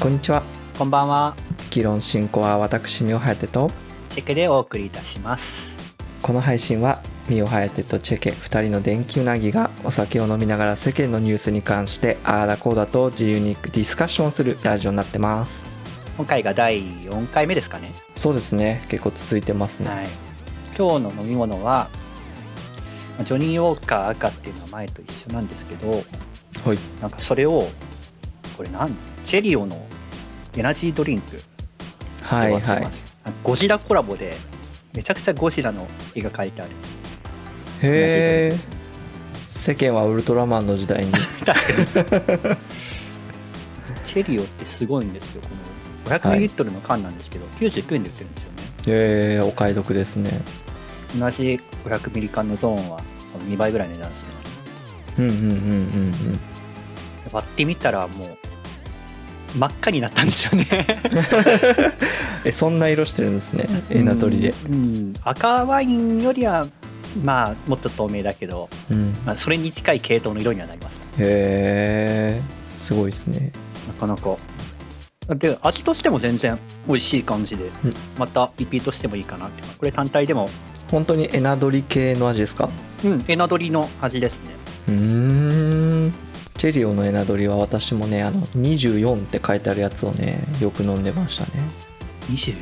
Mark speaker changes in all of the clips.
Speaker 1: こんにちは
Speaker 2: こんばんは。
Speaker 1: 議論進行は私ミオハヤテと
Speaker 2: チェケでお送りいたします。
Speaker 1: この配信はミオハヤテとチェケ2人の電気うなぎがお酒を飲みながら世間のニュースに関してああだこうだと自由にディスカッションするラジオになってます
Speaker 2: 今回が第4回目ですかね。
Speaker 1: そうですね結構続いてますね
Speaker 2: はい。今日の飲み物は、まあジョニー・ウォーカー赤っていうのは前と一緒なんですけど、
Speaker 1: はい
Speaker 2: なんかそれを、これなんチェリオのエナジードリンク。
Speaker 1: はいはいへ。
Speaker 2: ゴジラコラボで、めちゃくちゃゴジラの絵が描いてある。
Speaker 1: え世間はウルトラマンの時代に
Speaker 2: チェリオってすごいんですよ。この
Speaker 1: は
Speaker 2: 500
Speaker 1: い
Speaker 2: ミリリットルの缶なんですけど、99円で売ってるんですよね。
Speaker 1: えー、お買い得ですね
Speaker 2: 同じ500ミリ缶のゾーンはその2倍ぐらいの値段ですね
Speaker 1: うんうんうんうんうん
Speaker 2: 割ってみたらもう真っ赤になったんですよ ね
Speaker 1: えそんな色してるんですねエナトリで
Speaker 2: うん、うん赤ワインよりはまあもっと透明だけど、
Speaker 1: うん
Speaker 2: まあ、それに近い系統の色にはなります
Speaker 1: へえすごいですね
Speaker 2: なかなかで味としても全然美味しい感じで、
Speaker 1: うん
Speaker 2: またリピートしてもいいかなってこれ単体でも
Speaker 1: 本当にエナドリ系の味ですか
Speaker 2: うんエナドリの味ですね
Speaker 1: うーんチェリオのエナドリは私もねあの24って書いてあるやつをねよく飲んでましたね
Speaker 2: 24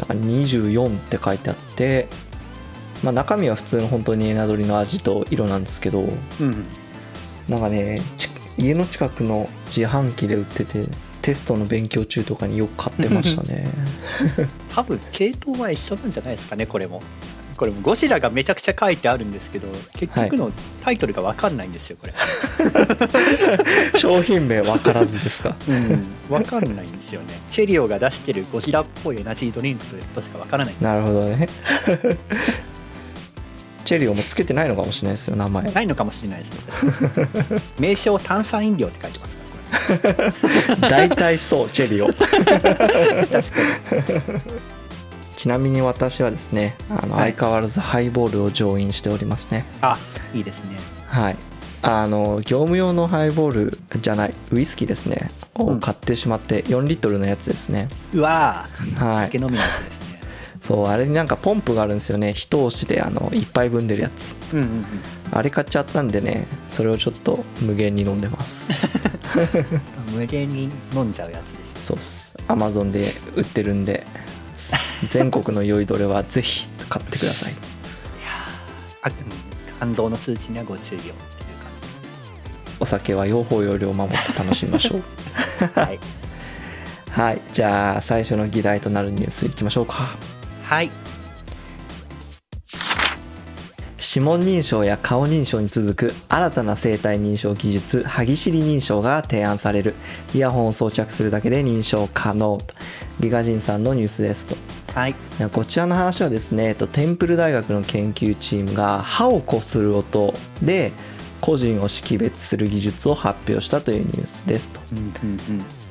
Speaker 1: なんか24って書いてあってまあ中身は普通の本当にエナドリの味と色なんですけど
Speaker 2: うん
Speaker 1: なんかねち家の近くの自販機で売っててテストの勉強中とかによく買ってました ね
Speaker 2: 多分系統は一緒なんじゃないですかねこれもこれもゴジラがめちゃくちゃ書いてあるんですけど結局のタイトルが分かんないんですよこれ、
Speaker 1: 商品名わからずですか
Speaker 2: 分かんないんですよ ねチェリオが出してるゴジラっぽいエナジードリンクとしか分からない
Speaker 1: なるほどね チェリオもつけてないのかもしれないですよ名前
Speaker 2: ないのかもしれないです ね名称炭酸飲料って書いてますから
Speaker 1: 大体そうチェリオ
Speaker 2: これ 確かに
Speaker 1: ちなみに私はですねあの
Speaker 2: はい
Speaker 1: 相変わらずハイボールを乗飲しておりますね
Speaker 2: あいいですね
Speaker 1: はいあの業務用のハイボールじゃないウイスキーですね
Speaker 2: う
Speaker 1: を
Speaker 2: ん
Speaker 1: 買ってしまって4リットルのやつですね、
Speaker 2: うわ
Speaker 1: は
Speaker 2: ー酒
Speaker 1: い
Speaker 2: 飲みのやつですね、
Speaker 1: そうあれになんかポンプがあるんですよね一押しであの1杯分出るやつ
Speaker 2: うんうんうん
Speaker 1: あれ買っちゃったんでねそれをちょっと無限に飲んでます
Speaker 2: 無限に飲んじゃうやつでしょ
Speaker 1: そうっすアマゾンで売ってるんで全国の酔いどれはぜひ買ってください
Speaker 2: あうん感動の数値にはご注意をっていう感じですね
Speaker 1: お酒は用法用量を守って楽しみましょう
Speaker 2: はい
Speaker 1: はい、じゃあ最初の議題となるニュースいきましょうか
Speaker 2: はい
Speaker 1: 指紋認証や顔認証に続く新たな生体認証技術歯ぎしり認証が提案されるイヤホンを装着するだけで認証可能とギガ人さんのニュースですと
Speaker 2: はい
Speaker 1: こちらの話はですね、えっと、テンプル大学の研究チームが歯をこする音で個人を識別する技術を発表したというニュースですと
Speaker 2: うんうんうん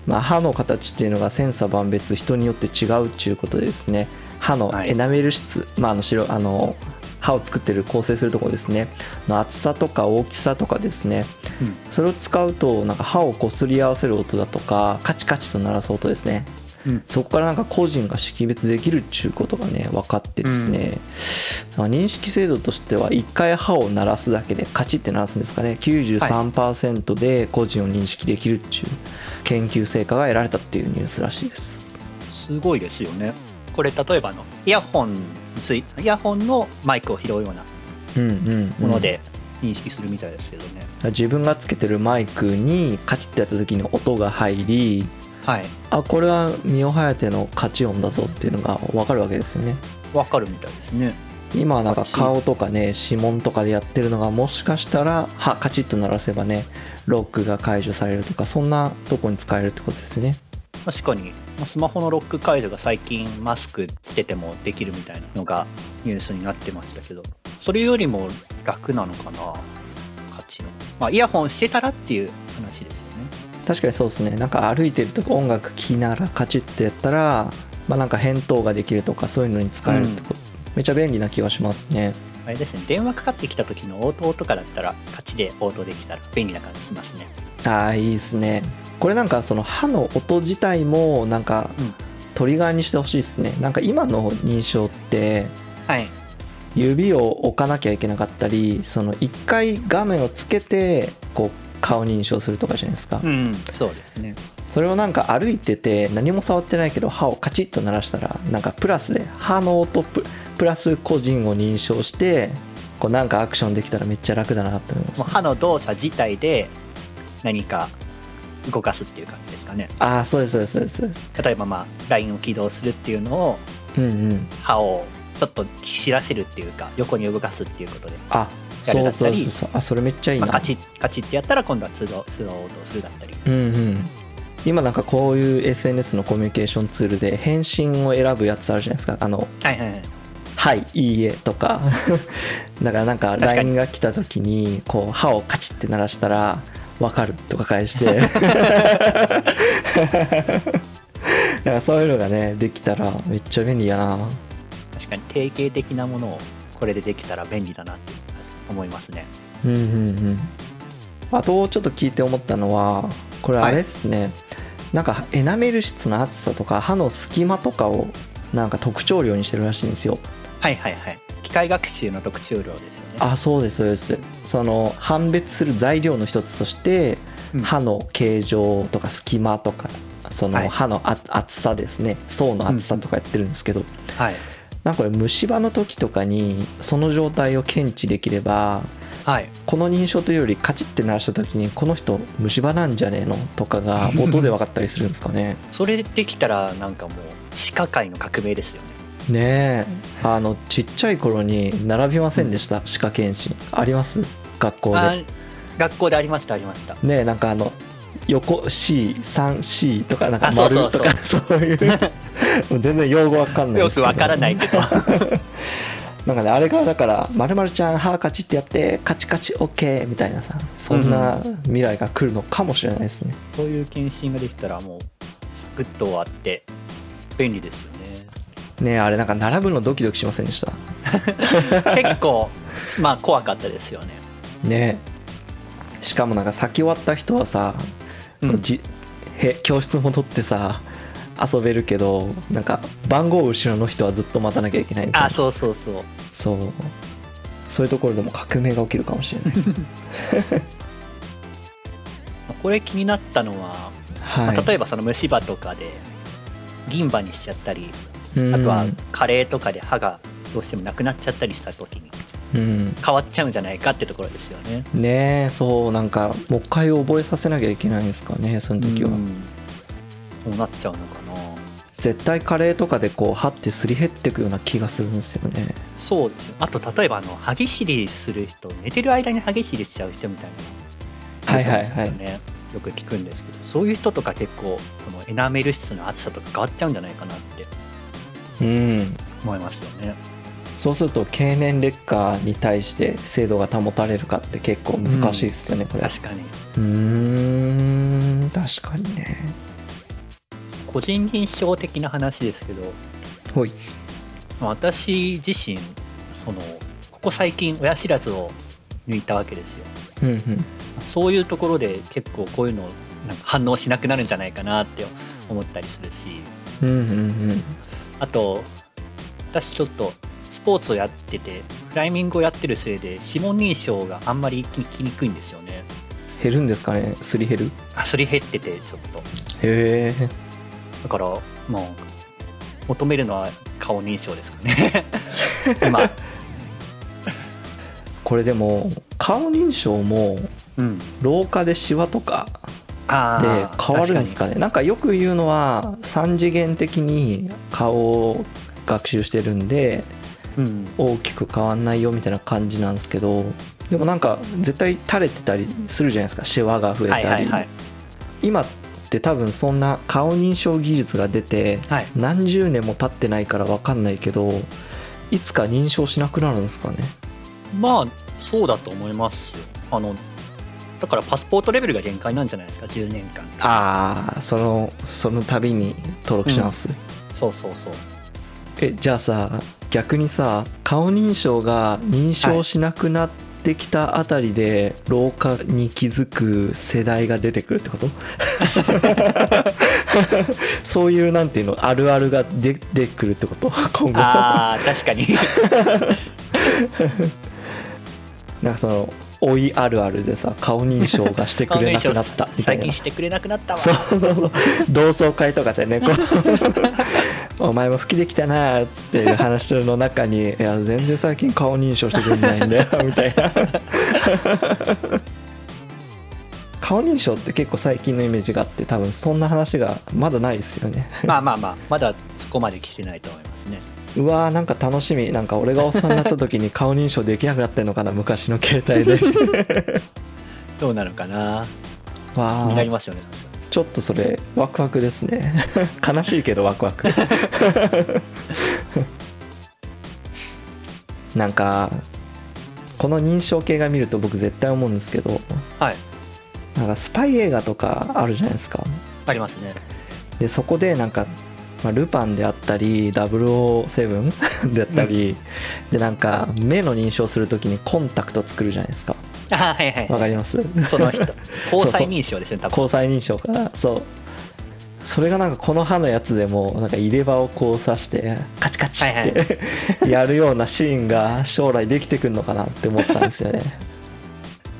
Speaker 1: まあ、歯の形っていうのが千差万別人によって違うっていうことでですね歯の
Speaker 2: はい
Speaker 1: エナメル質、まあ、あの白あの歯を作ってる構成するところですねの厚さとか大きさとかですね
Speaker 2: うん
Speaker 1: それを使うとなんか歯をこすり合わせる音だとかカチカチと鳴らす音ですね
Speaker 2: うん
Speaker 1: そこからなんか個人が識別できるっちゅうことがね分かってですね、なんか認識精度としては1回歯を鳴らすだけでカチって鳴らすんですかね93%で個人を認識できるっちゅう研究成果が得られたっていうニュースらしいです
Speaker 2: すごいですよねこれ例えばあのイヤホンについイヤホンのマイクを拾うような
Speaker 1: うんうん、
Speaker 2: もので認識するみたいですけどね、
Speaker 1: 自分がつけてるマイクにカチってやった時に音が入り
Speaker 2: はい
Speaker 1: あこれはミオハヤテのカチ音だぞっていうのが分かるわけですよね
Speaker 2: わかるみたいですね
Speaker 1: 今はなんか
Speaker 2: カチン
Speaker 1: 顔とかね指紋とかでやってるのがもしかしたら歯カチッと鳴らせばねロックが解除されるとかそんなとこに使えるってことですね
Speaker 2: 確かにまあスマホのロック解除が最近マスクつけてもできるみたいなのがニュースになってましたけどそれよりも楽なのかな価値のまあイヤホンしてたらっていう話ですよね
Speaker 1: 確かにそうですねなんか歩いてるとか音楽聴きながらカチッてやったらまあなんか返答ができるとかそういうのに使えるってこと、めちゃ便利な気はしますね
Speaker 2: あれですね電話かかってきた時の応答とかだったら勝ちで応答できたら便利な感じしますね
Speaker 1: ああいいですねこれなんかその歯の音自体もなんか
Speaker 2: うん
Speaker 1: トリガーにしてほしいですねなんか今の認証って
Speaker 2: はい
Speaker 1: 指を置かなきゃいけなかったりその一回画面をつけてこう顔認証するとかじゃないですか、
Speaker 2: うんそうですね
Speaker 1: それをなんか歩いてて何も触ってないけど歯をカチッと鳴らしたらなんかプラスで歯の音ププラス個人を認証してこうなんかアクションできたらめっちゃ楽だなって思います、
Speaker 2: もう歯の動作自体で何か動かすっていう感じですかね
Speaker 1: ああそうですそうですそうですそうで
Speaker 2: 例えばまあ LINE を起動するっていうのを
Speaker 1: すうんうん
Speaker 2: 歯をちょっと知らせるっていうか横に動かすっていうことで、
Speaker 1: あ
Speaker 2: やる
Speaker 1: そうそう
Speaker 2: だったり
Speaker 1: そうそうあそれめっちゃいい
Speaker 2: ま
Speaker 1: な、
Speaker 2: あ、カチッカチッってやったら今度は通動通動音をするだったり
Speaker 1: うんうん今なんかこういう SNS のコミュニケーションツールで返信を選ぶやつあるじゃないですかあの
Speaker 2: はいはいはい
Speaker 1: はい、いいえと かだからなんか
Speaker 2: 確かに
Speaker 1: LINE が来た時にこう歯をカチッて鳴らしたら「わかる」とか返して なんかそういうのがねできたらめっちゃ便利やな
Speaker 2: 確かに定型的なものをこれでできたら便利だなっていう確かに思いますね
Speaker 1: うんうんうんあとちょっと聞いて思ったのはこれあれですね、なんかエナメル質の厚さとか歯の隙間とかをなんか特徴量にしてるらしいんですよ
Speaker 2: はいはいはい機械学習の特徴量ですよね
Speaker 1: あそうですそうですその判別する材料の一つとして、
Speaker 2: うん
Speaker 1: 歯の形状とか隙間とかそ
Speaker 2: は
Speaker 1: の
Speaker 2: い
Speaker 1: 歯のあ厚さですね層の厚さとかやってるんですけど、
Speaker 2: はい
Speaker 1: なんかこれ虫歯の時とかにその状態を検知できれば
Speaker 2: はい
Speaker 1: この認証というよりカチッて鳴らした時にこの人虫歯なんじゃねえのとか が音で分かったりするんですかね
Speaker 2: それできたらなんかもう歯科界の革命ですよね
Speaker 1: ねえあのちっちゃい頃に並びませんでした歯科検診あります学校で
Speaker 2: あ学校でありましたありました
Speaker 1: ねなんかあの横 C3C とかなんか
Speaker 2: あそう
Speaker 1: 丸
Speaker 2: そう
Speaker 1: とか そう いうもう全然用語わかんない
Speaker 2: よくわからないいけど
Speaker 1: なんかねあれがだから「まるちゃん歯カチってやってカチカチ OK」みたいなさそんな未来が来るのかもしれないですね、
Speaker 2: そういう検診ができたらもうサクッと終わって便利ですよね
Speaker 1: ねあれなんか並ぶのドキドキしませんでした
Speaker 2: 結 構まあ怖かったですよね
Speaker 1: ねしかもなんか先終わった人はさ、
Speaker 2: うん
Speaker 1: じへ教室戻ってさ遊べるけどなんか番号後ろの人はずっと待たなきゃいけないみたいな
Speaker 2: あそうそうそう
Speaker 1: そうそういうところでも革命が起きるかもしれ ない
Speaker 2: これ気になったのは、ま
Speaker 1: は
Speaker 2: あ
Speaker 1: い、
Speaker 2: 例えばその虫歯とかで銀歯にしちゃったり
Speaker 1: うん
Speaker 2: あとは加齢とかで歯がどうしてもなくなっちゃったりした時に
Speaker 1: うん
Speaker 2: 変わっちゃうんじゃないかってところですよね
Speaker 1: ねえそうなんかもう一回覚えさせなきゃいけないんですかねその時は、
Speaker 2: うんそうなっちゃうのかな
Speaker 1: 絶対カレーとかでこう歯ってすり減ってくような気がするんですよね
Speaker 2: そうですねあと例えばあの歯ぎしりする人寝てる間に歯ぎしりしちゃう人みたいな
Speaker 1: はいはいはい
Speaker 2: よく,、ね、よく聞くんですけどそういう人とか結構このエナメル質の厚さとか変わっちゃうんじゃないかなって
Speaker 1: うん
Speaker 2: 思いますよね
Speaker 1: そうすると経年劣化に対して精度が保たれるかって結構難しいですよね、これ
Speaker 2: 確かに
Speaker 1: うーん確かにね
Speaker 2: 個人認証的な話ですけど
Speaker 1: ほい
Speaker 2: 私自身そのここ最近親知らずを抜いたわけですよ
Speaker 1: うんうん
Speaker 2: そういうところで結構こういうのなんか反応しなくなるんじゃないかなって思ったりするし
Speaker 1: うんうん
Speaker 2: あと私ちょっとスポーツをやっててクライミングをやってるせいで指紋認証があんまりききにくいんですよね
Speaker 1: 減るんですかねすり減る
Speaker 2: あすり減っててちょっと
Speaker 1: へえ
Speaker 2: だからもう求めるのは顔認証ですか ね今
Speaker 1: これでも顔認証も
Speaker 2: うん
Speaker 1: 老化でシワとか
Speaker 2: あ
Speaker 1: で
Speaker 2: ー
Speaker 1: 変わるんですかねなんかよく言うのは3次元的に顔を学習してるんで
Speaker 2: 確かにうん
Speaker 1: 大きく変わんないよみたいな感じなんですけどでもなんか絶対垂れてたりするじゃないですかシワが増えた
Speaker 2: はい
Speaker 1: り、
Speaker 2: はいはい
Speaker 1: 今って多分そんな顔認証技術が出て
Speaker 2: はい
Speaker 1: 何十年も経ってないから分かんないけどいつか認証しなくなるんですかね
Speaker 2: まあそうだと思いますよあのだからパスポートレベルが限界なんじゃないですか10年間
Speaker 1: ああそのその度に登録し直す、
Speaker 2: そうそうそう
Speaker 1: えじゃあさ逆にさ顔認証が認証しなくなって、してきたあたりで老化に気づく世代が出てくるってこと そういうなんていうのあるあるが出てくるって こと今後
Speaker 2: ああ確かに
Speaker 1: なんかその老いあるあるでさ顔認証がしてくれなくなったみたい
Speaker 2: 最
Speaker 1: な
Speaker 2: 近してくれなくなったわ
Speaker 1: そうそうそう同窓会とかでねこうお前も吹きできたなーっつっていう話の中に「いや全然最近顔認証してくれないんだよ」みたいな顔認証って結構最近のイメージがあって多分そんな話がまだないですよね
Speaker 2: まあまあまあまだそこまで来てないと思いますね
Speaker 1: うわーなんか楽しみなんか俺がおっさんになった時に顔認証できなくなってんのかな昔の携帯で
Speaker 2: どうなのかな
Speaker 1: わ
Speaker 2: 気になり
Speaker 1: ー
Speaker 2: ますよね
Speaker 1: ちょっとそれワクワクですね 悲しいけどワクワク なんかこの認証系が見ると僕絶対思うんですけど
Speaker 2: はい
Speaker 1: なんかスパイ映画とかあるじゃないですか
Speaker 2: ありますね
Speaker 1: でそこでなんか、まあルパンであったり007 であったり、でなんか目の認証するときにコンタクト作るじゃないですか
Speaker 2: あーはいはい
Speaker 1: わかります
Speaker 2: そ の人
Speaker 1: う
Speaker 2: 交際認証ですね多分
Speaker 1: 交際認証からそうそれがなんかこの歯のやつでもなんか入れ歯をこう刺してカチカチって、
Speaker 2: はいは
Speaker 1: やるようなシーンが将来できてくるのかなって思ったんですよね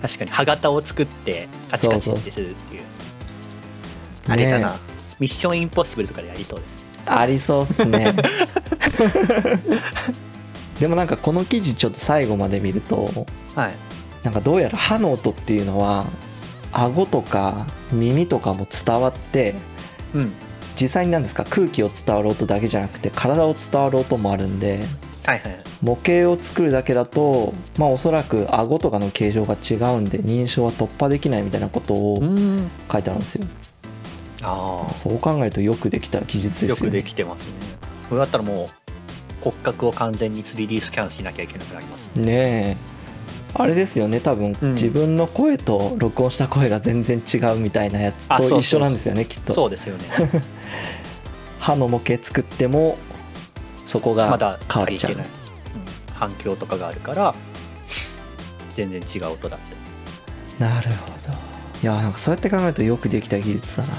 Speaker 2: 確かに歯型を作ってカチカチってするっていうあれだな、
Speaker 1: ね
Speaker 2: ミッションインポッシブルとかでやりそうです
Speaker 1: え ありそうっすね でもなんかこの記事ちょっと最後まで見ると
Speaker 2: はい
Speaker 1: なんかどうやら歯の音っていうのは顎とか耳とかも伝わって
Speaker 2: うん
Speaker 1: 実際になんですか空気を伝わる音だけじゃなくて体を伝わる音もあるんで
Speaker 2: はいはいはい
Speaker 1: 模型を作るだけだと、まあ、おそらく顎とかの形状が違うんで認証は突破できないみたいなこと
Speaker 2: う
Speaker 1: を
Speaker 2: ん
Speaker 1: 書いてあるんですよ
Speaker 2: ああ
Speaker 1: そう考えるとよくできた技術で
Speaker 2: よ
Speaker 1: すよ
Speaker 2: く
Speaker 1: ね
Speaker 2: できてますねこれだったらもう骨格を完全に 3D スキャンしなきゃいけなくなりますね
Speaker 1: ねえあれですよね多分、
Speaker 2: うん
Speaker 1: 自分の声と録音した声が全然違うみたいなやつ
Speaker 2: あそうそ
Speaker 1: と
Speaker 2: う
Speaker 1: 一緒なんですよねきっと
Speaker 2: そうですよね
Speaker 1: 歯の模型作ってもそこ
Speaker 2: ま
Speaker 1: が
Speaker 2: だ
Speaker 1: 変わ
Speaker 2: 足
Speaker 1: っ
Speaker 2: り
Speaker 1: ちゃ
Speaker 2: て
Speaker 1: う、
Speaker 2: ない、うん反響とかがあるから全然違う音だっ
Speaker 1: なるほどいやなんかそうやって考えるとよくできた技術だな
Speaker 2: て、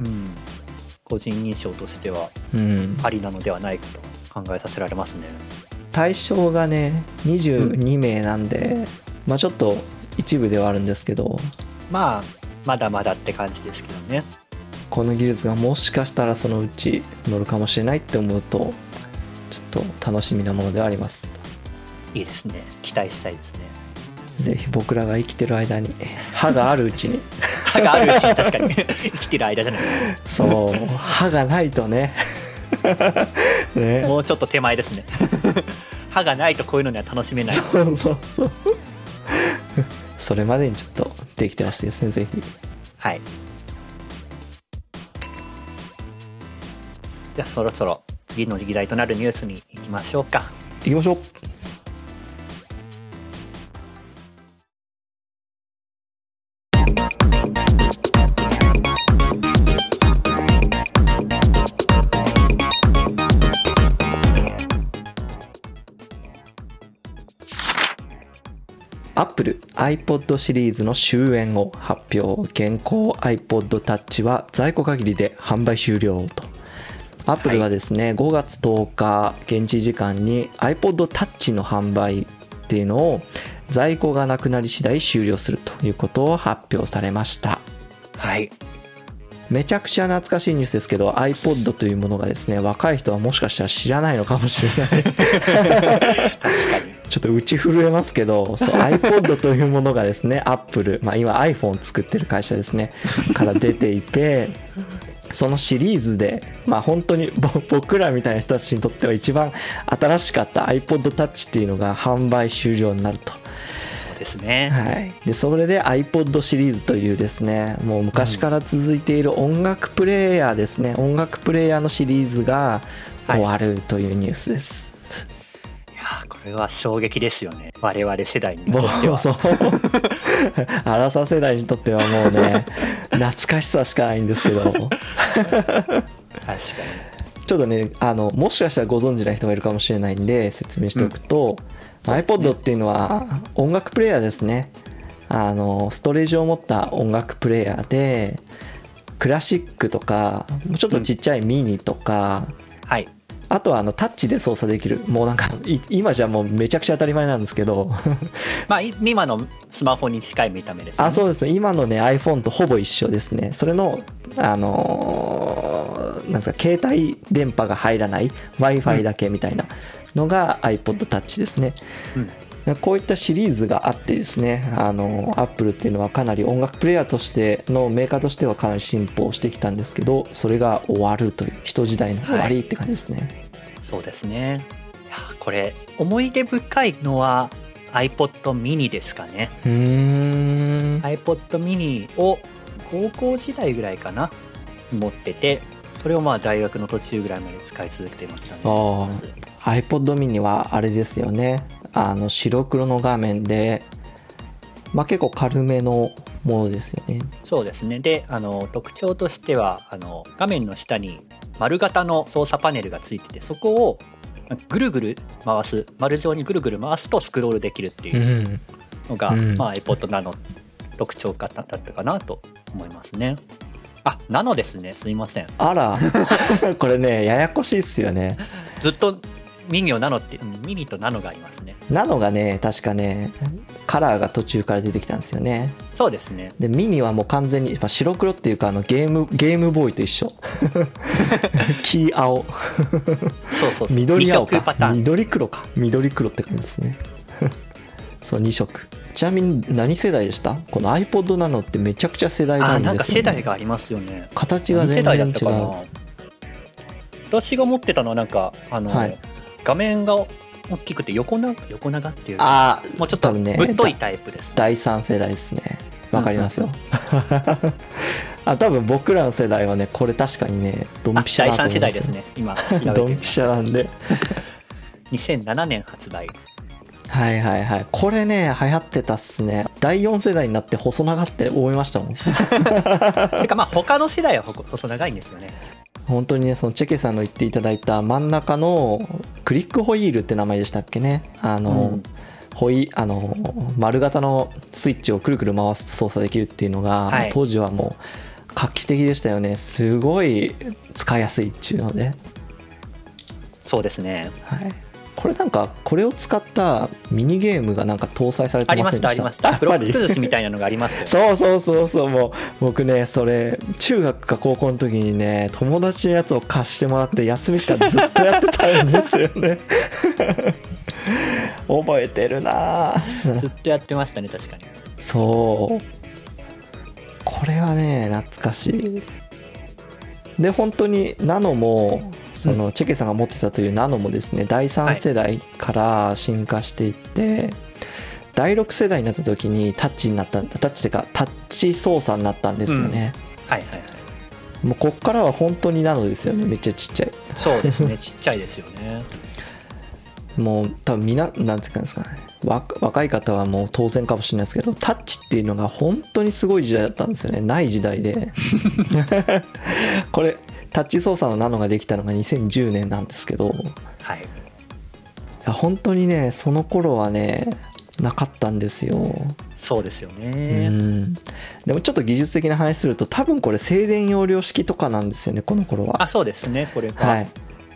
Speaker 2: うん、個人認証としては
Speaker 1: うん
Speaker 2: ありなのではないかと考えさせられますね
Speaker 1: 対象がね22名なんで、まあちょっと一部ではあるんですけど
Speaker 2: まあまだまだって感じですけどね
Speaker 1: この技術がもしかしたらそのうち乗るかもしれないって思うとちょっと楽しみなものではあります
Speaker 2: いいですね期待したいですね
Speaker 1: ぜひ僕らが生きてる間に歯があるうちに
Speaker 2: 歯があるうちに確かに 生きてる間じゃない
Speaker 1: そう歯がないとね ね
Speaker 2: もうちょっと手前です ね歯がないとこういうのには楽しめない
Speaker 1: そうそうそうそれまでにちょっとできてほしいですねぜひ
Speaker 2: はい。じゃあそろそろ次の議題となるニュースに行きましょうか。
Speaker 1: 行きましょうアップル iPod シリーズの終焉を発表現行 iPod Touch は在庫限りで販売終了とアップルはですね、5月10日現地時間に iPod Touch の販売っていうのを在庫がなくなり次第終了するということを発表されました
Speaker 2: はい。
Speaker 1: めちゃくちゃ懐かしいニュースですけど iPod というものがですね若い人はもしかしたら知らないのかもしれない
Speaker 2: 確かに。
Speaker 1: ちょっと打ち震えますけどそう iPod というものがですね Apple、まあ、今 iPhone 作ってる会社ですねから出ていてそのシリーズで、まあ、本当に ぼ僕らみたいな人たちにとっては一番新しかった iPodTouch っていうのが販売終了になると。
Speaker 2: そうですね。
Speaker 1: はい、でそれで iPod シリーズというですねもう昔から続いている音楽プレイヤーですね、音楽プレイヤーのシリーズが終わるというニュースです。
Speaker 2: いやーこれは衝撃ですよね。我々世代にと
Speaker 1: も
Speaker 2: って
Speaker 1: う
Speaker 2: は。
Speaker 1: そうアラサー世代にとってはもうね懐かしさしかないんですけど
Speaker 2: 確かに。
Speaker 1: ちょっとねあのもしかしたらご存知ない人がいるかもしれないんで説明しておくと、まあ iPod っていうのは音楽プレイヤーですねあのストレージを持った音楽プレイヤーでクラシックとかもうちょっとちっちゃいミニとか、
Speaker 2: はい。
Speaker 1: あとはあのタッチで操作できるもうなんかい今じゃもうめちゃくちゃ当たり前なんですけど
Speaker 2: まあ、い今のスマホに近い見た目です、ね。
Speaker 1: あそうですね今のね iPhone とほぼ一緒ですねそれのあのーなんですか携帯電波が入らない w i f i だけみたいなのが iPodTouch ですね、
Speaker 2: うん
Speaker 1: こういったシリーズがあってですね、あの、アップルっていうのはかなり音楽プレイヤーとしてのメーカーとしてはかなり進歩してきたんですけど、それが終わるという、人時代の終わりって感じですね。
Speaker 2: そうですね。いやーこれ、思い出深いのは iPod mini ですかね。
Speaker 1: うーん。
Speaker 2: iPod mini を高校時代ぐらいかな、持ってて、それをまあ大学の途中ぐらいまで使い続けてましたね。
Speaker 1: あー iPod mini はあれですよね、あの、白黒の画面で、まあ、結構軽めのものですよね。
Speaker 2: そうですね。で、あの特徴としてはあの画面の下に丸型の操作パネルがついてて、そこをぐるぐる回す丸状にぐるぐる回すとスクロールできるっていうのが、
Speaker 1: うん
Speaker 2: まあ iPod なの特徴かだったかなと思いますね。あ、なのですね。すいません。
Speaker 1: あら、 これね、ややこしいっすよね。
Speaker 2: ずっとミニをナノってうんミニとナノがいますね。
Speaker 1: ナノがね、確かね、カラーが途中から出てきたんですよね。
Speaker 2: そうですね。
Speaker 1: でミニはもう完全に、まあ、白黒っていうかあのゲームゲームボーイと一緒 黄青
Speaker 2: そうそうそう。
Speaker 1: 緑青
Speaker 2: 二色パタ
Speaker 1: か
Speaker 2: ーン。
Speaker 1: 緑黒か緑黒って感じですね そう2色ちなみに何世代でしたこの iPod なのってめちゃくちゃ世代があ
Speaker 2: あ、
Speaker 1: るんですよ、ね、
Speaker 2: なんか世代がありますよね。
Speaker 1: 形が全
Speaker 2: 何世代だ
Speaker 1: 然
Speaker 2: っ
Speaker 1: 違
Speaker 2: たか
Speaker 1: う
Speaker 2: な私が持ってたのはなんかあの、
Speaker 1: はい
Speaker 2: 画面が大きくて横長横長っていうか
Speaker 1: あ
Speaker 2: もうちょっと
Speaker 1: 多
Speaker 2: ぶ
Speaker 1: 分ね
Speaker 2: っといタイプです、
Speaker 1: 第3世代ですねわかります よ、あ多分僕らの世代はねこれ確かにねドン
Speaker 2: あ
Speaker 1: ピシャ
Speaker 2: 第
Speaker 1: だと
Speaker 2: 3
Speaker 1: 思い
Speaker 2: 世
Speaker 1: ま
Speaker 2: 代
Speaker 1: す
Speaker 2: ですね 今
Speaker 1: ド
Speaker 2: 調べ
Speaker 1: ン
Speaker 2: て
Speaker 1: ピシャなんで
Speaker 2: 2007年発売
Speaker 1: はいはいはいこれね流行ってたっすね第4世代になって細長って思いましたもん
Speaker 2: てかまあ他の世代はほこ細長いんですよね
Speaker 1: 本当にねそのチェケさんの言っていただいた真ん中のクリックホイールって名前でしたっけねあの、
Speaker 2: うん
Speaker 1: ホイあの丸型のスイッチをくるくる回すと操作できるっていうのが、
Speaker 2: はい
Speaker 1: 当時はもう画期的でしたよねすごい使いやすいっていうので、
Speaker 2: そうですね
Speaker 1: はい、これなんかこれを使ったミニゲームがなんか搭載され
Speaker 2: あ
Speaker 1: て
Speaker 2: り
Speaker 1: ま
Speaker 2: ま
Speaker 1: せん
Speaker 2: し
Speaker 1: で
Speaker 2: たあ
Speaker 1: し
Speaker 2: り
Speaker 1: た
Speaker 2: ましたブロ
Speaker 1: やっぱ
Speaker 2: ッ
Speaker 1: り
Speaker 2: ク崩しみたいなのがありましたよね
Speaker 1: そうそうそうそうもう僕ねそれ中学か高校の時にね友達のやつを貸してもらって休みしかずっとやってたんですよね 覚えてるなあ
Speaker 2: ずっとやってましたね確かに
Speaker 1: そうこれはね懐かしいで本当にナノもそのチェケさんが持ってたというナノもですね第3世代から進化していって、第6世代になった時にタッチになったタッチっていうかタッチ操作になったんですよね、
Speaker 2: はいはいはい
Speaker 1: もうこっからは本当にナノですよねめっちゃちっちゃい
Speaker 2: そうですねちっちゃいですよね
Speaker 1: もう多分みななんていうんですかね若若い方はもう当然かもしれないですけどタッチっていうのが本当にすごい時代だったんですよねない時代でこれタッチ操作のナノができたのが2010年なんですけどい
Speaker 2: はい
Speaker 1: や本当にねその頃はねなかったんですよ、
Speaker 2: そうですよ
Speaker 1: う
Speaker 2: ね
Speaker 1: んでもちょっと技術的な話すると多分これ静電容量式とかなんですよねこの頃は
Speaker 2: あそうですねこれが、
Speaker 1: はい、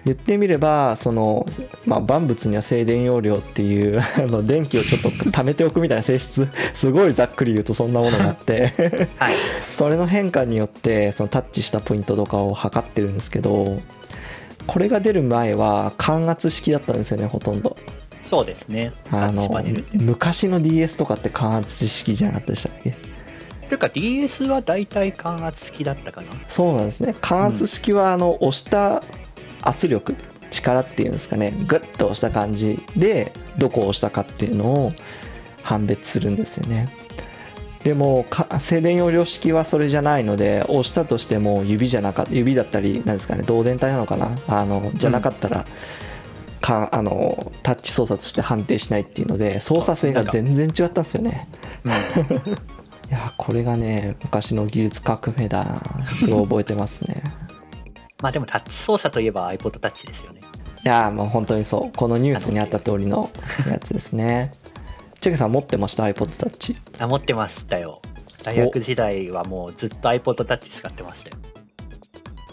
Speaker 1: 言ってみればその、まあ、万物には静電容量っていうあの電気をちょっと貯めておくみたいな性質すごいざっくり言うとそんなものがあって
Speaker 2: はい
Speaker 1: それの変化によってそのタッチしたポイントとかを測ってるんですけどこれが出る前は感圧式だったんですよねほとんど
Speaker 2: そうですね。タ
Speaker 1: あ
Speaker 2: ッチ
Speaker 1: の
Speaker 2: パネルって。
Speaker 1: 昔の DS とかって感圧式じゃなかったでしたっけ
Speaker 2: というか DS は大体感圧式だったかな。
Speaker 1: そうなんですね感圧式はあの、押した圧力力っていうんですかねグッと押した感じでどこを押したかっていうのを判別するんですよねでもか静電容量式はそれじゃないので押したとしても指じゃなか指だったりなんですかね導電体なのかなあのじゃなかったら、かあのタッチ操作として判定しないっていうので操作性が全然違ったんですよね いやこれがね昔の技術革命だなすごい覚えてますね
Speaker 2: まあでもタッチ操作といえば iPod タッチですよね。
Speaker 1: いやーもう本当にそうこのニュースにあった通りのやつですねチェケさん持ってました iPodTouch
Speaker 2: あ持ってましたよ大学時代はもうずっと iPod タッチ使ってましたよ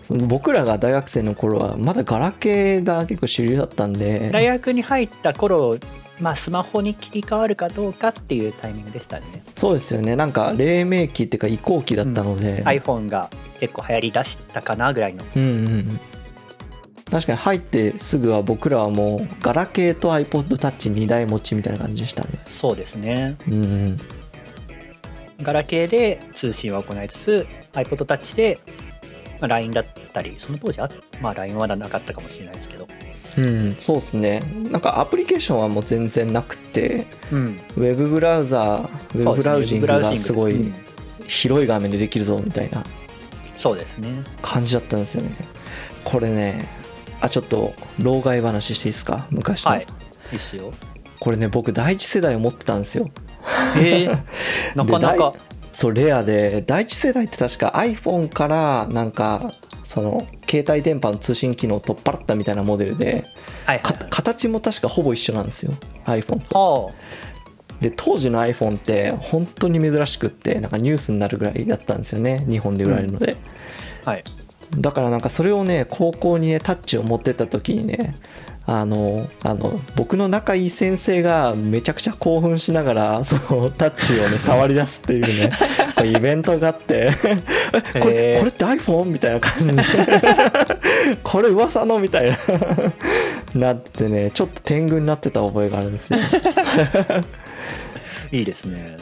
Speaker 1: その僕らが大学生の頃はまだガラケーが結構主流だったん
Speaker 2: 大
Speaker 1: で
Speaker 2: 学に入った頃まあスマホに切り替わるかどうかっていうタイミングでしたね
Speaker 1: そうですよねなんか黎明期っていうか移行期だったので、
Speaker 2: iPhone が結構流行りだしたかなぐらいの
Speaker 1: うんうんうん確かに入ってすぐは僕らはもうガラケーと iPodTouch2 台持ちみたいな感じでしたね
Speaker 2: そうですね
Speaker 1: うんうん
Speaker 2: ガラケーで通信は行いつつ iPod タッチで、まあ、LINE だったりその当時あ、まあ、LINE はなかったかもしれないですけど
Speaker 1: うん、そうですねなんかアプリケーションはもう全然なくて
Speaker 2: うん
Speaker 1: ウェブブラウザーウェブブラウジングがすご
Speaker 2: う
Speaker 1: い
Speaker 2: ん
Speaker 1: 広い画面でできるぞみたいな
Speaker 2: そうですね
Speaker 1: 感じだったんですよねこれねあちょっと老害話していいですか昔の、
Speaker 2: はいいいっすよ
Speaker 1: これね僕第一世代を持ってたんですよ
Speaker 2: えーなかな
Speaker 1: で
Speaker 2: か
Speaker 1: 第そうレアで第一世代って確か iPhone からなんかその携帯電波の通信機能を取っ払ったみたいなモデルで
Speaker 2: はいは
Speaker 1: か
Speaker 2: いはい
Speaker 1: 形も確かほぼ一緒なんですよ iPhone と
Speaker 2: は
Speaker 1: で当時の iPhone って本当に珍しくってなんかニュースになるぐらいだったんですよね日本で売られるので、
Speaker 2: あはい
Speaker 1: だからなんかそれをね高校にねタッチを持ってった時にねあのあの僕の仲いい先生がめちゃくちゃ興奮しながら そのタッチをね触り出すっていうね こうイベントがあってえこ
Speaker 2: へ
Speaker 1: れ
Speaker 2: ー
Speaker 1: これって iPhone? みたいな感じで これ噂のみたいななってねちょっと天狗になってた覚えがあるんですよ
Speaker 2: いいですね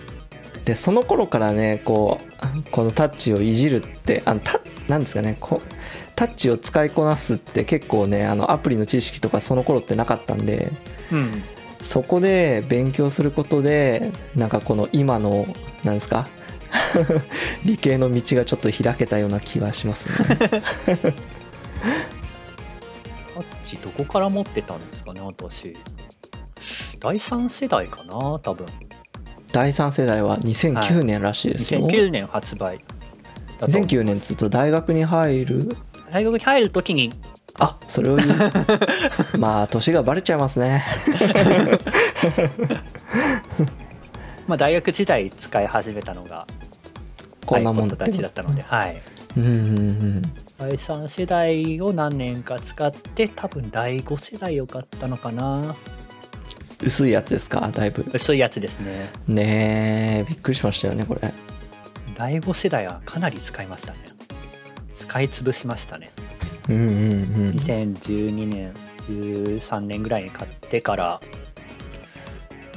Speaker 1: でその頃からねこうこのタッチをいじるってあのタなんですかねこうタッチを使いこなすって結構ねあのアプリの知識とかその頃ってなかったんで
Speaker 2: うん
Speaker 1: そこで勉強することでなんかこの今のなんですか 理系の道がちょっと開けたような気がします ね
Speaker 2: タッチどこから持ってたんですかね私第3世代かな多分
Speaker 1: 第3世代は2009年らしいですよ、
Speaker 2: 2009年発売だと
Speaker 1: 2009年っつうと大学に入る
Speaker 2: 大学に入るときに
Speaker 1: あそれを 言うまあ年がバレちゃいますね
Speaker 2: まあ、大学時代使い始めたのが
Speaker 1: こんなもん
Speaker 2: iPod たちだったので、はい、
Speaker 1: うんうんうん
Speaker 2: 第3世代を何年か使って多分第5世代を買ったのかな
Speaker 1: 薄いやつですかだいぶ
Speaker 2: 薄いやつですね
Speaker 1: ねえびっくりしましたよねこれ
Speaker 2: 第5世代はかなり使いましたね使い潰しましたね
Speaker 1: うんうんうん
Speaker 2: 2012年13年ぐらいに買ってから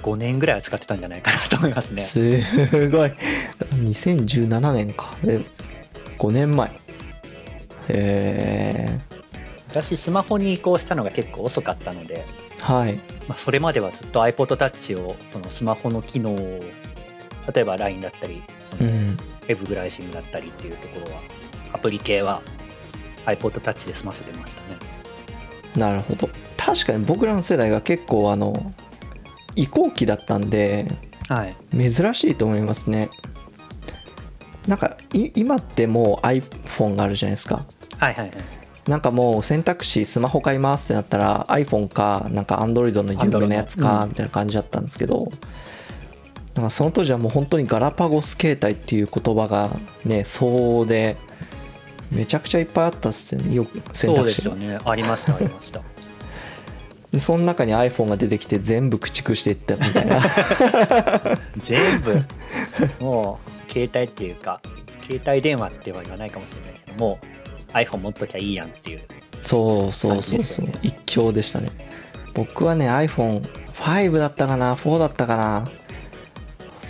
Speaker 2: 5年ぐらいは使ってたんじゃないかなと思いますね
Speaker 1: すごい2017年かえ5年前え
Speaker 2: 私スマホに移行したのが結構遅かったので
Speaker 1: ー、はい
Speaker 2: まあ、それまではずっと iPod Touch をそのスマホの機能を例えば LINE だったりそのウ
Speaker 1: ん
Speaker 2: ェブブライシングだったりっていうところはアプリ系は iPod Touch で済ませてましたね
Speaker 1: なるほど確かに僕らの世代が結構あの移行期だったんで
Speaker 2: はい
Speaker 1: 珍しいと思いますねなんかい今ってもう iPhone があるじゃないですか
Speaker 2: はいはいはい
Speaker 1: なんかもう選択肢スマホ買いますってなったら iPhone かなんか Android の有名なやつ
Speaker 2: Android
Speaker 1: か
Speaker 2: うん
Speaker 1: みたいな感じだったんですけど、なんかその当時はもう本当にガラパゴス携帯っていう言葉がね相応でめちゃくちゃいっぱいあったっすよねよく選
Speaker 2: そ
Speaker 1: 択
Speaker 2: うで
Speaker 1: 肢
Speaker 2: すよ
Speaker 1: が
Speaker 2: ねありましたありました
Speaker 1: そその中に iPhone が出てきて全部駆逐していったみたいな
Speaker 2: 全 部もう携帯っていうか携帯電話っては言わないかもしれないけどもう iPhone 持っときゃいいや んっていう
Speaker 1: そうそうそう
Speaker 2: 感じです
Speaker 1: そう、
Speaker 2: よね
Speaker 1: 一強でしたね僕はね iPhone5 だったかな4だったかな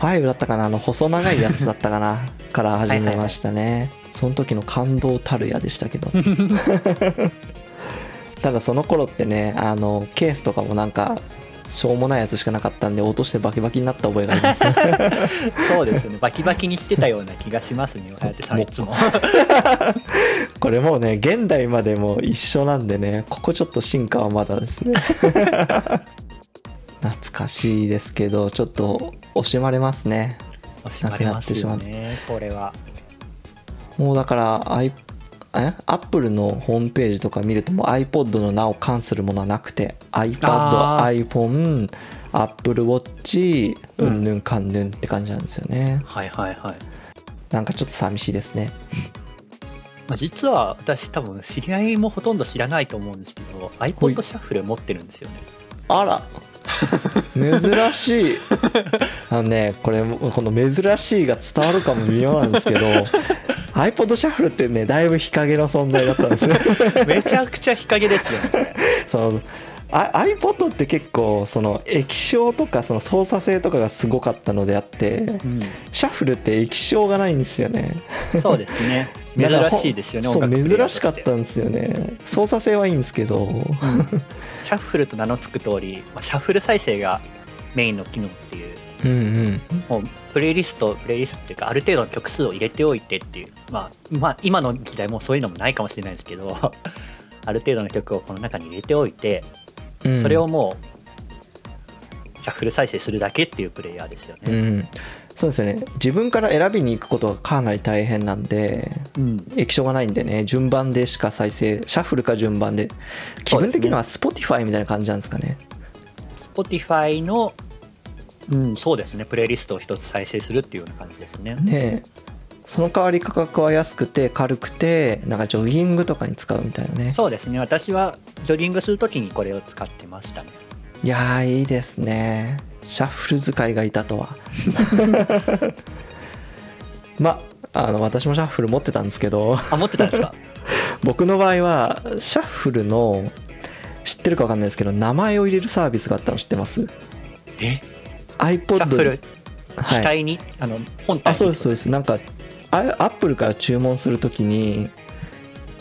Speaker 1: 5だったかなあの細長いやつだったかなから始めましたねその時の感動たるやでしたけどただその頃ってねあのケースとかもなんかしょうもないやつしかなかったんで落としてバキバキになった覚えがあります
Speaker 2: そうですよねバキバキにしてたような気がしますねあやてさんいつも
Speaker 1: これもうね現代までも一緒なんでねここちょっと進化はまだですね懐かしいですけどちょっと惜しまれますね
Speaker 2: 惜しまれますよねこれは
Speaker 1: もうだから i- えアップルのホームページとか見るともう iPod の名を冠するものはなくて iPad、
Speaker 2: あ
Speaker 1: iPhone、Apple Watch
Speaker 2: うん
Speaker 1: うんぬんかんぬんって感じなんですよね、
Speaker 2: はいはいはい。
Speaker 1: なんかちょっと寂しいですね
Speaker 2: まあ、実は私多分知り合いもほとんど知らないと思うんですけど iPod シャッフル持ってるんで すよね。
Speaker 1: あら珍しいあのねこれこの「珍しい」が伝わるかも微妙なんですけど iPod シャッフルってねだいぶ日陰の存在だったん ですよ
Speaker 2: めちゃくちゃ日陰ですよね。これ
Speaker 1: そのあ iPod って結構その液晶とかその操作性とかがすごかったのであってシャッフルって液晶がないんですよね
Speaker 2: うん、そうですね。珍
Speaker 1: だから
Speaker 2: しいですよね。
Speaker 1: そ
Speaker 2: 音
Speaker 1: う
Speaker 2: 楽プレイ
Speaker 1: 珍
Speaker 2: ヤーと
Speaker 1: してかったんですよね操作性はいいんですけど
Speaker 2: シャッフルと名の付く通り、まあ、シャッフル再生がメインの機能っていう。
Speaker 1: うんうん
Speaker 2: もうプレイリストプレイリストっていうかある程度の曲数を入れておいてっていう、まあ、まあ今の時代もうそういうのもないかもしれないですけど ある程度の曲をこの中に入れておいて
Speaker 1: うん
Speaker 2: それをもうシャッフル再生するだけっていうプレイヤーですよ
Speaker 1: う
Speaker 2: ね。
Speaker 1: んそうですよね自分から選びに行くことがかなり大変なんで
Speaker 2: うん、
Speaker 1: 液晶がないんでね順番でしか再生シャッフルか順番で気分的には Spotify みたいな感じなんですかね
Speaker 2: Spotify の、うん、そうですね、プレイリストを一つ再生するっていうような感じですね。
Speaker 1: ねえその代わり価格は安くて軽くてなんかジョギングとかに使うみたいなね
Speaker 2: そうですね、私はジョギングするときにこれを使ってましたね。
Speaker 1: いやーいいですねシャッフル使いがいたとは まあの私もシャッフル持ってたんですけど
Speaker 2: あ、持ってたんですか
Speaker 1: 僕の場合はシャッフルの知ってるか分かんないですけど名前を入れるサービスがあったの知ってます
Speaker 2: え
Speaker 1: iPod
Speaker 2: シャッフル、
Speaker 1: はい
Speaker 2: 機体に、あの、本体
Speaker 1: あ
Speaker 2: に。
Speaker 1: そうですそうですなんかあアップルから注文するときに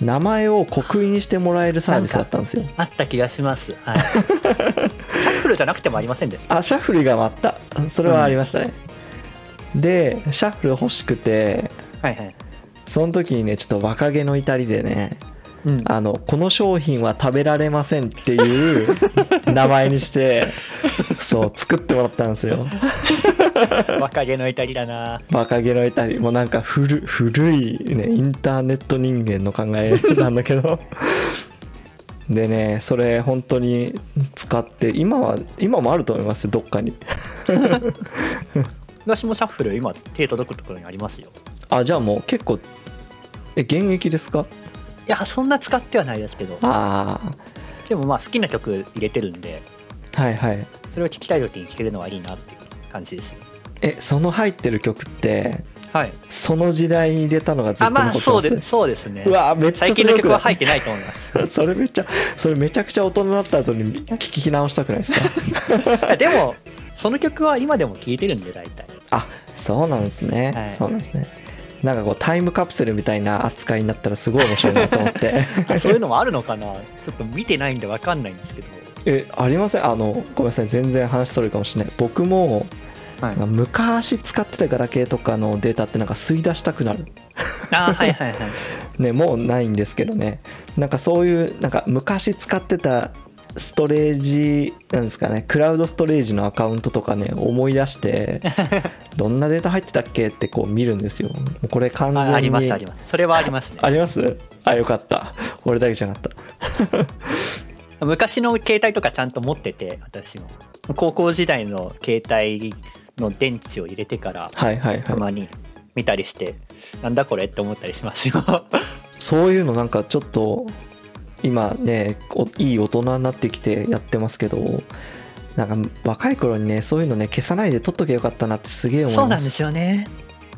Speaker 1: 名前を刻印にしてもらえるサービスだったんですよ
Speaker 2: あった気がします。 はい。シャッフルじゃなくてもありませんでした。
Speaker 1: あシャッフルがあったそれはありましたね、でシャッフル欲しくて
Speaker 2: はいはい。
Speaker 1: その時にねちょっと若気の至りでね
Speaker 2: うん、
Speaker 1: あのこの商品は食べられませんっていう名前に してそう作ってもらったんですよ
Speaker 2: 若気の至りだな。
Speaker 1: 若気の至りもうなんか古古いねインターネット人間の考えなんだけど でねそれ本当に使って今は今もあると思いますよどっかに
Speaker 2: 私もシャッフル、今、手届くところにありますよ。
Speaker 1: あじゃあもう結構え現役ですか
Speaker 2: いや、そんな使ってはないですけど、
Speaker 1: あ
Speaker 2: でもまあ、好きな曲入れてるんで、
Speaker 1: あはいはい
Speaker 2: それを聴きたい時に聴けるのはいいなっていう感じですよ
Speaker 1: えその入ってる曲って
Speaker 2: はい
Speaker 1: その時代に入れたのがずっ
Speaker 2: あ
Speaker 1: と残って
Speaker 2: まあ
Speaker 1: ます
Speaker 2: そうでそうですね
Speaker 1: うわめっちゃ
Speaker 2: 最近の曲は入っててないと思います
Speaker 1: それめっちゃそれめちゃくちゃ大人になった後に聞き直したくないですか
Speaker 2: でもその曲は今でも聴いてるんで大体
Speaker 1: あそうなんですね、
Speaker 2: はい
Speaker 1: そうなんですねなんかこうタイムカプセルみたいな扱いになったらすごい面白いなと思って
Speaker 2: あそういうのもあるのかなちょっと見てないんで分かんないんですけど、
Speaker 1: えありませんあのごめんなさい全然話それるかもしれない僕も
Speaker 2: はい、
Speaker 1: なんか昔使ってたガラケーとかのデータってなんか吸い出したくなる
Speaker 2: あは いはいはい
Speaker 1: ね、もうないんですけどねなんかそういうなんか昔使ってたストレージなんですかねクラウドストレージのアカウントとかね思い出して どんなデータ入ってたっけってこう見るんですよもうこれ完全に
Speaker 2: あありますありますそれはありますね
Speaker 1: ありますあよかった俺だけじゃなかった
Speaker 2: 昔の携帯とかちゃんと持ってて私も高校時代の携帯の電池を入れてから
Speaker 1: はいはい
Speaker 2: た
Speaker 1: はい
Speaker 2: まに見たりして、なんだこれって思ったりしますよ
Speaker 1: そういうのなんかちょっと今ねおいい大人になってきてやってますけどなんか若い頃にねそういうのね消さないで取っとけばよかったなってすげえ思います
Speaker 2: そうなんですよね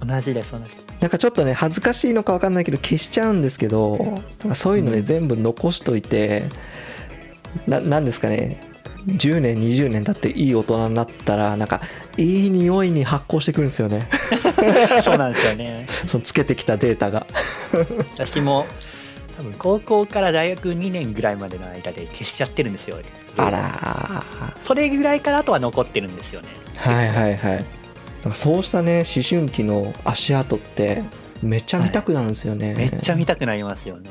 Speaker 2: 同じです同じです
Speaker 1: なんかちょっとね恥ずかしいのか分かんないけど消しちゃうんですけどなんかそういうのね、
Speaker 2: うん
Speaker 1: 全部残しといてななんですかね10年20年経っていい大人になったらなんかいい匂いに発酵してくるんですよ ね
Speaker 2: そうなんですよね。
Speaker 1: そのつけてきたデータが
Speaker 2: 私も多分高校から大学2年ぐらいまでの間で消しちゃってるんですよ。
Speaker 1: あら
Speaker 2: それぐらいからあとは残ってるんですよね。
Speaker 1: ーはいはいはいなんかそうしたね思春期の足跡ってめっちゃ見たくなるんですよね、
Speaker 2: めっちゃ見たくなりますよね。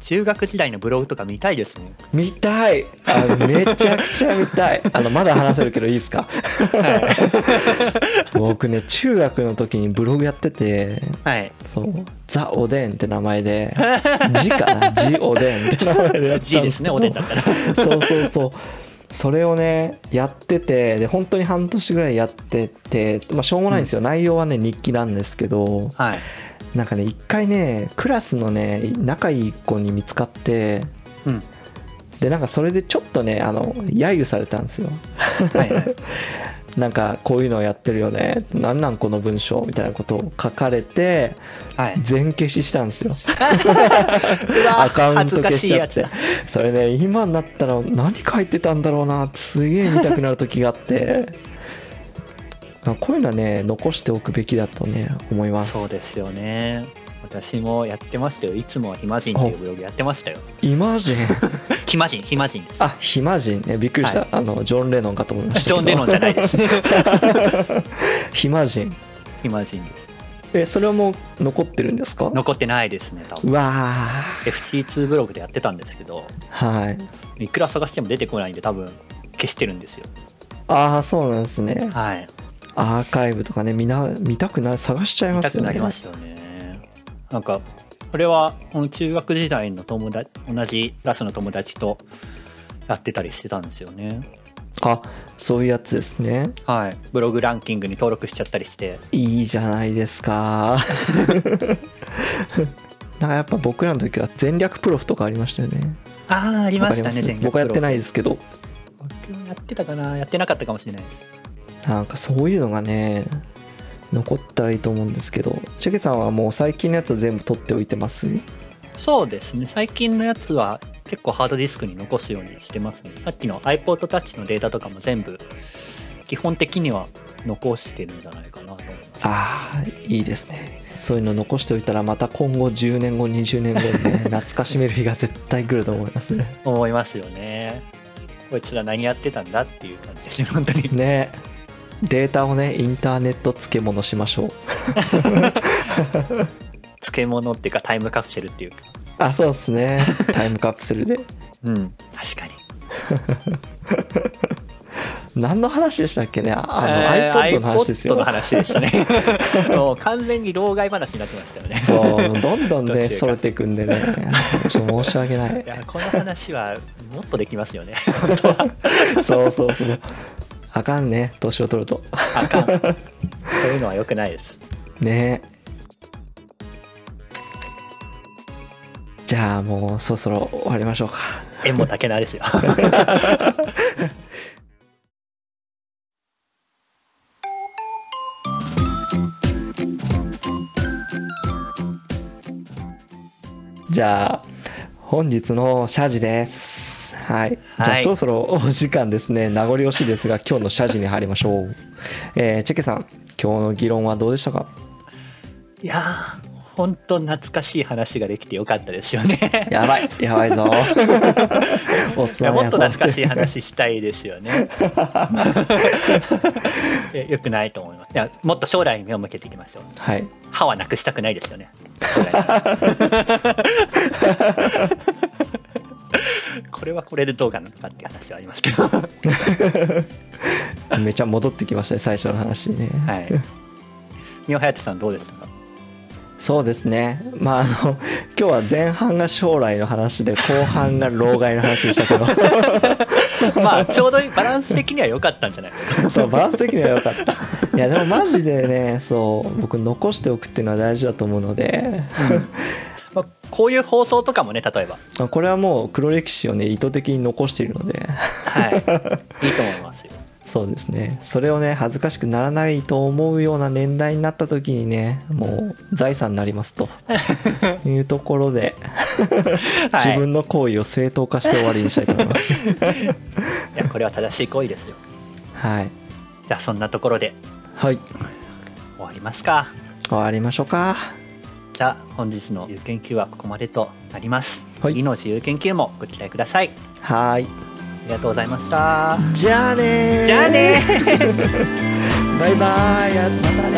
Speaker 2: 中学時代のブログとか見たいですね。
Speaker 1: 見たいあのめちゃくちゃ見たいあのまだ話せるけどいいですか僕ね中学の時にブログやってて
Speaker 2: はい。
Speaker 1: そう「ザ・おでん」って名前で「字かな「字おでん」って名前でやってた
Speaker 2: G
Speaker 1: ん
Speaker 2: で
Speaker 1: ですす
Speaker 2: ね、
Speaker 1: けど
Speaker 2: おでんだったら。
Speaker 1: そうそうそうそれをねやっててで本当に半年ぐらいやってて、まあ、しょうもないんですよ、内容はね日記なんですけど
Speaker 2: はい。
Speaker 1: なんかね一回ねクラスのね仲いい子に見つかって
Speaker 2: うん。
Speaker 1: でなんかそれでちょっとねあの揶揄されたんですよ
Speaker 2: はいはい。
Speaker 1: なんかこういうのをやってるよねなんなんこの文章みたいなことを書かれて
Speaker 2: はい。
Speaker 1: 全消ししたんですよ
Speaker 2: うわ
Speaker 1: アカウント消
Speaker 2: 恥ずかし
Speaker 1: し
Speaker 2: い
Speaker 1: ちゃ
Speaker 2: や
Speaker 1: っ
Speaker 2: つ
Speaker 1: て
Speaker 2: だ。
Speaker 1: それね今になったら何書いてたんだろうなってすげえ見たくなる時があってあこういうのはね残しておくべきだとね思います
Speaker 2: そうですよね。私もやってましたよ。いつもは暇人っていうブログやってました よ。
Speaker 1: イマジン
Speaker 2: 暇人、暇人です。
Speaker 1: あ暇人ねびっくりした、
Speaker 2: はい
Speaker 1: あのジョン・レノンかと思いました
Speaker 2: ジョン・デノンじゃないです。
Speaker 1: 暇人
Speaker 2: 暇人です。
Speaker 1: えそれはもう残ってるんですか
Speaker 2: 残ってないですね、多
Speaker 1: う
Speaker 2: 分。
Speaker 1: わ
Speaker 2: FC2 ブログでやってたんですけど、
Speaker 1: ーはい
Speaker 2: いくら探しても出てこないんで、多分消してるんですよ。
Speaker 1: ああそうなんですね
Speaker 2: はい。
Speaker 1: アーカイブとかねみんな見たくな探しちゃい
Speaker 2: 見
Speaker 1: ま
Speaker 2: た
Speaker 1: す
Speaker 2: く
Speaker 1: よ
Speaker 2: な
Speaker 1: ね
Speaker 2: りますよね。なんかこれはこの中学時代の友達同じクラスの友達とやってたりしてたんですよね。
Speaker 1: あそういうやつですね
Speaker 2: はい。ブログランキングに登録しちゃったりして。
Speaker 1: いいじゃないです かなんかやっぱ僕らの時は全略プロフとかありましたよね
Speaker 2: ああありました
Speaker 1: わか
Speaker 2: ね。全。
Speaker 1: 僕はやってないいですけど
Speaker 2: 僕もやってたかな。やってなかったかもしれないです。
Speaker 1: なんかそういうのがね残ったらいいと思うんですけどチェケさんはもう最近のやつは全部取っておいてます
Speaker 2: そうですね。最近のやつは結構ハードディスクに残すようにしてますね。さっきの iPod Touch のデータとかも全部基本的には残してるんじゃないかなと思います。
Speaker 1: あーいいですねそういうの残しておいたらまた今後10年後20年後にね懐かしめる日が絶対来ると思いますね
Speaker 2: 思いますよねこいつら何やってたんだっていう感じですね本当に
Speaker 1: ねデータをねインターネット漬物しましょう
Speaker 2: 漬物っていうかタイムカプセルっていうか
Speaker 1: あそうです ねタイムカプセルで
Speaker 2: うん確かに
Speaker 1: 何の話でしたっけねああの、
Speaker 2: えー
Speaker 1: iPod の話ですよ
Speaker 2: iPod の話でしたねもう完全に老害話になってましたよね
Speaker 1: そうどんどん
Speaker 2: どっ
Speaker 1: ね
Speaker 2: ちが
Speaker 1: それていくんでねちょっと申し訳ないい
Speaker 2: やこの話はもっとできますよね
Speaker 1: そうそうそうあかんね年を取ると
Speaker 2: あかんそういうのは良くないです
Speaker 1: ねじゃあもうそろそろ終わりましょうか
Speaker 2: 縁も竹縄ですよ
Speaker 1: じゃあ本日の謝辞ですはい、じゃ
Speaker 2: は
Speaker 1: あ
Speaker 2: い
Speaker 1: そろそろお時間ですね名残惜しいですが今日の謝辞に入りましょう、 えーチェケさん今日の議論はどうでしたか
Speaker 2: いやー本当懐かしい話ができてよかったですよね
Speaker 1: やばいやばい ぞおっ
Speaker 2: い
Speaker 1: さ
Speaker 2: や
Speaker 1: ん
Speaker 2: もっと
Speaker 1: や
Speaker 2: 懐かしい話したいです よね。いやよくないと思います。いやもっと将来に目を向けていきましょう。
Speaker 1: はい
Speaker 2: 歯はなくしたくないですよね。将来これはこれでどうかなのかっていう話はありますけど。は
Speaker 1: めちゃ戻ってきましたね最初の話にね、
Speaker 2: い。ニオハヤトさんどうですか。
Speaker 1: そうですねまああの今日は前半が将来の話で後半が老害の話でしたけど
Speaker 2: まあちょうどいいバランス的には良かったんじゃないです か。
Speaker 1: そうバランス的には良か ったいやでもマジでねそう僕残しておくっていうのは大事だと思うので、
Speaker 2: まあこういう放送とかもね例えば。
Speaker 1: まあこれはもう黒歴史をね意図的に残しているので
Speaker 2: はい。いいと思いますよ。
Speaker 1: そうですねそれをね恥ずかしくならないと思うような年代になった時にねもう財産になります というところで、
Speaker 2: はい
Speaker 1: 自分の行為を正当化して終わりにしたいと思います
Speaker 2: いやこれは正しい行為ですよ。
Speaker 1: はい
Speaker 2: じゃあそんなところで
Speaker 1: はい
Speaker 2: 終わりますか。
Speaker 1: 終わりましょうか
Speaker 2: じゃあ本日の自由研究はここまでとなります、
Speaker 1: はい
Speaker 2: 次の自由研究もご期待くださいあ
Speaker 1: はーい
Speaker 2: りがとうございました
Speaker 1: じゃあねー
Speaker 2: じゃあねー
Speaker 1: バイバーイあまたね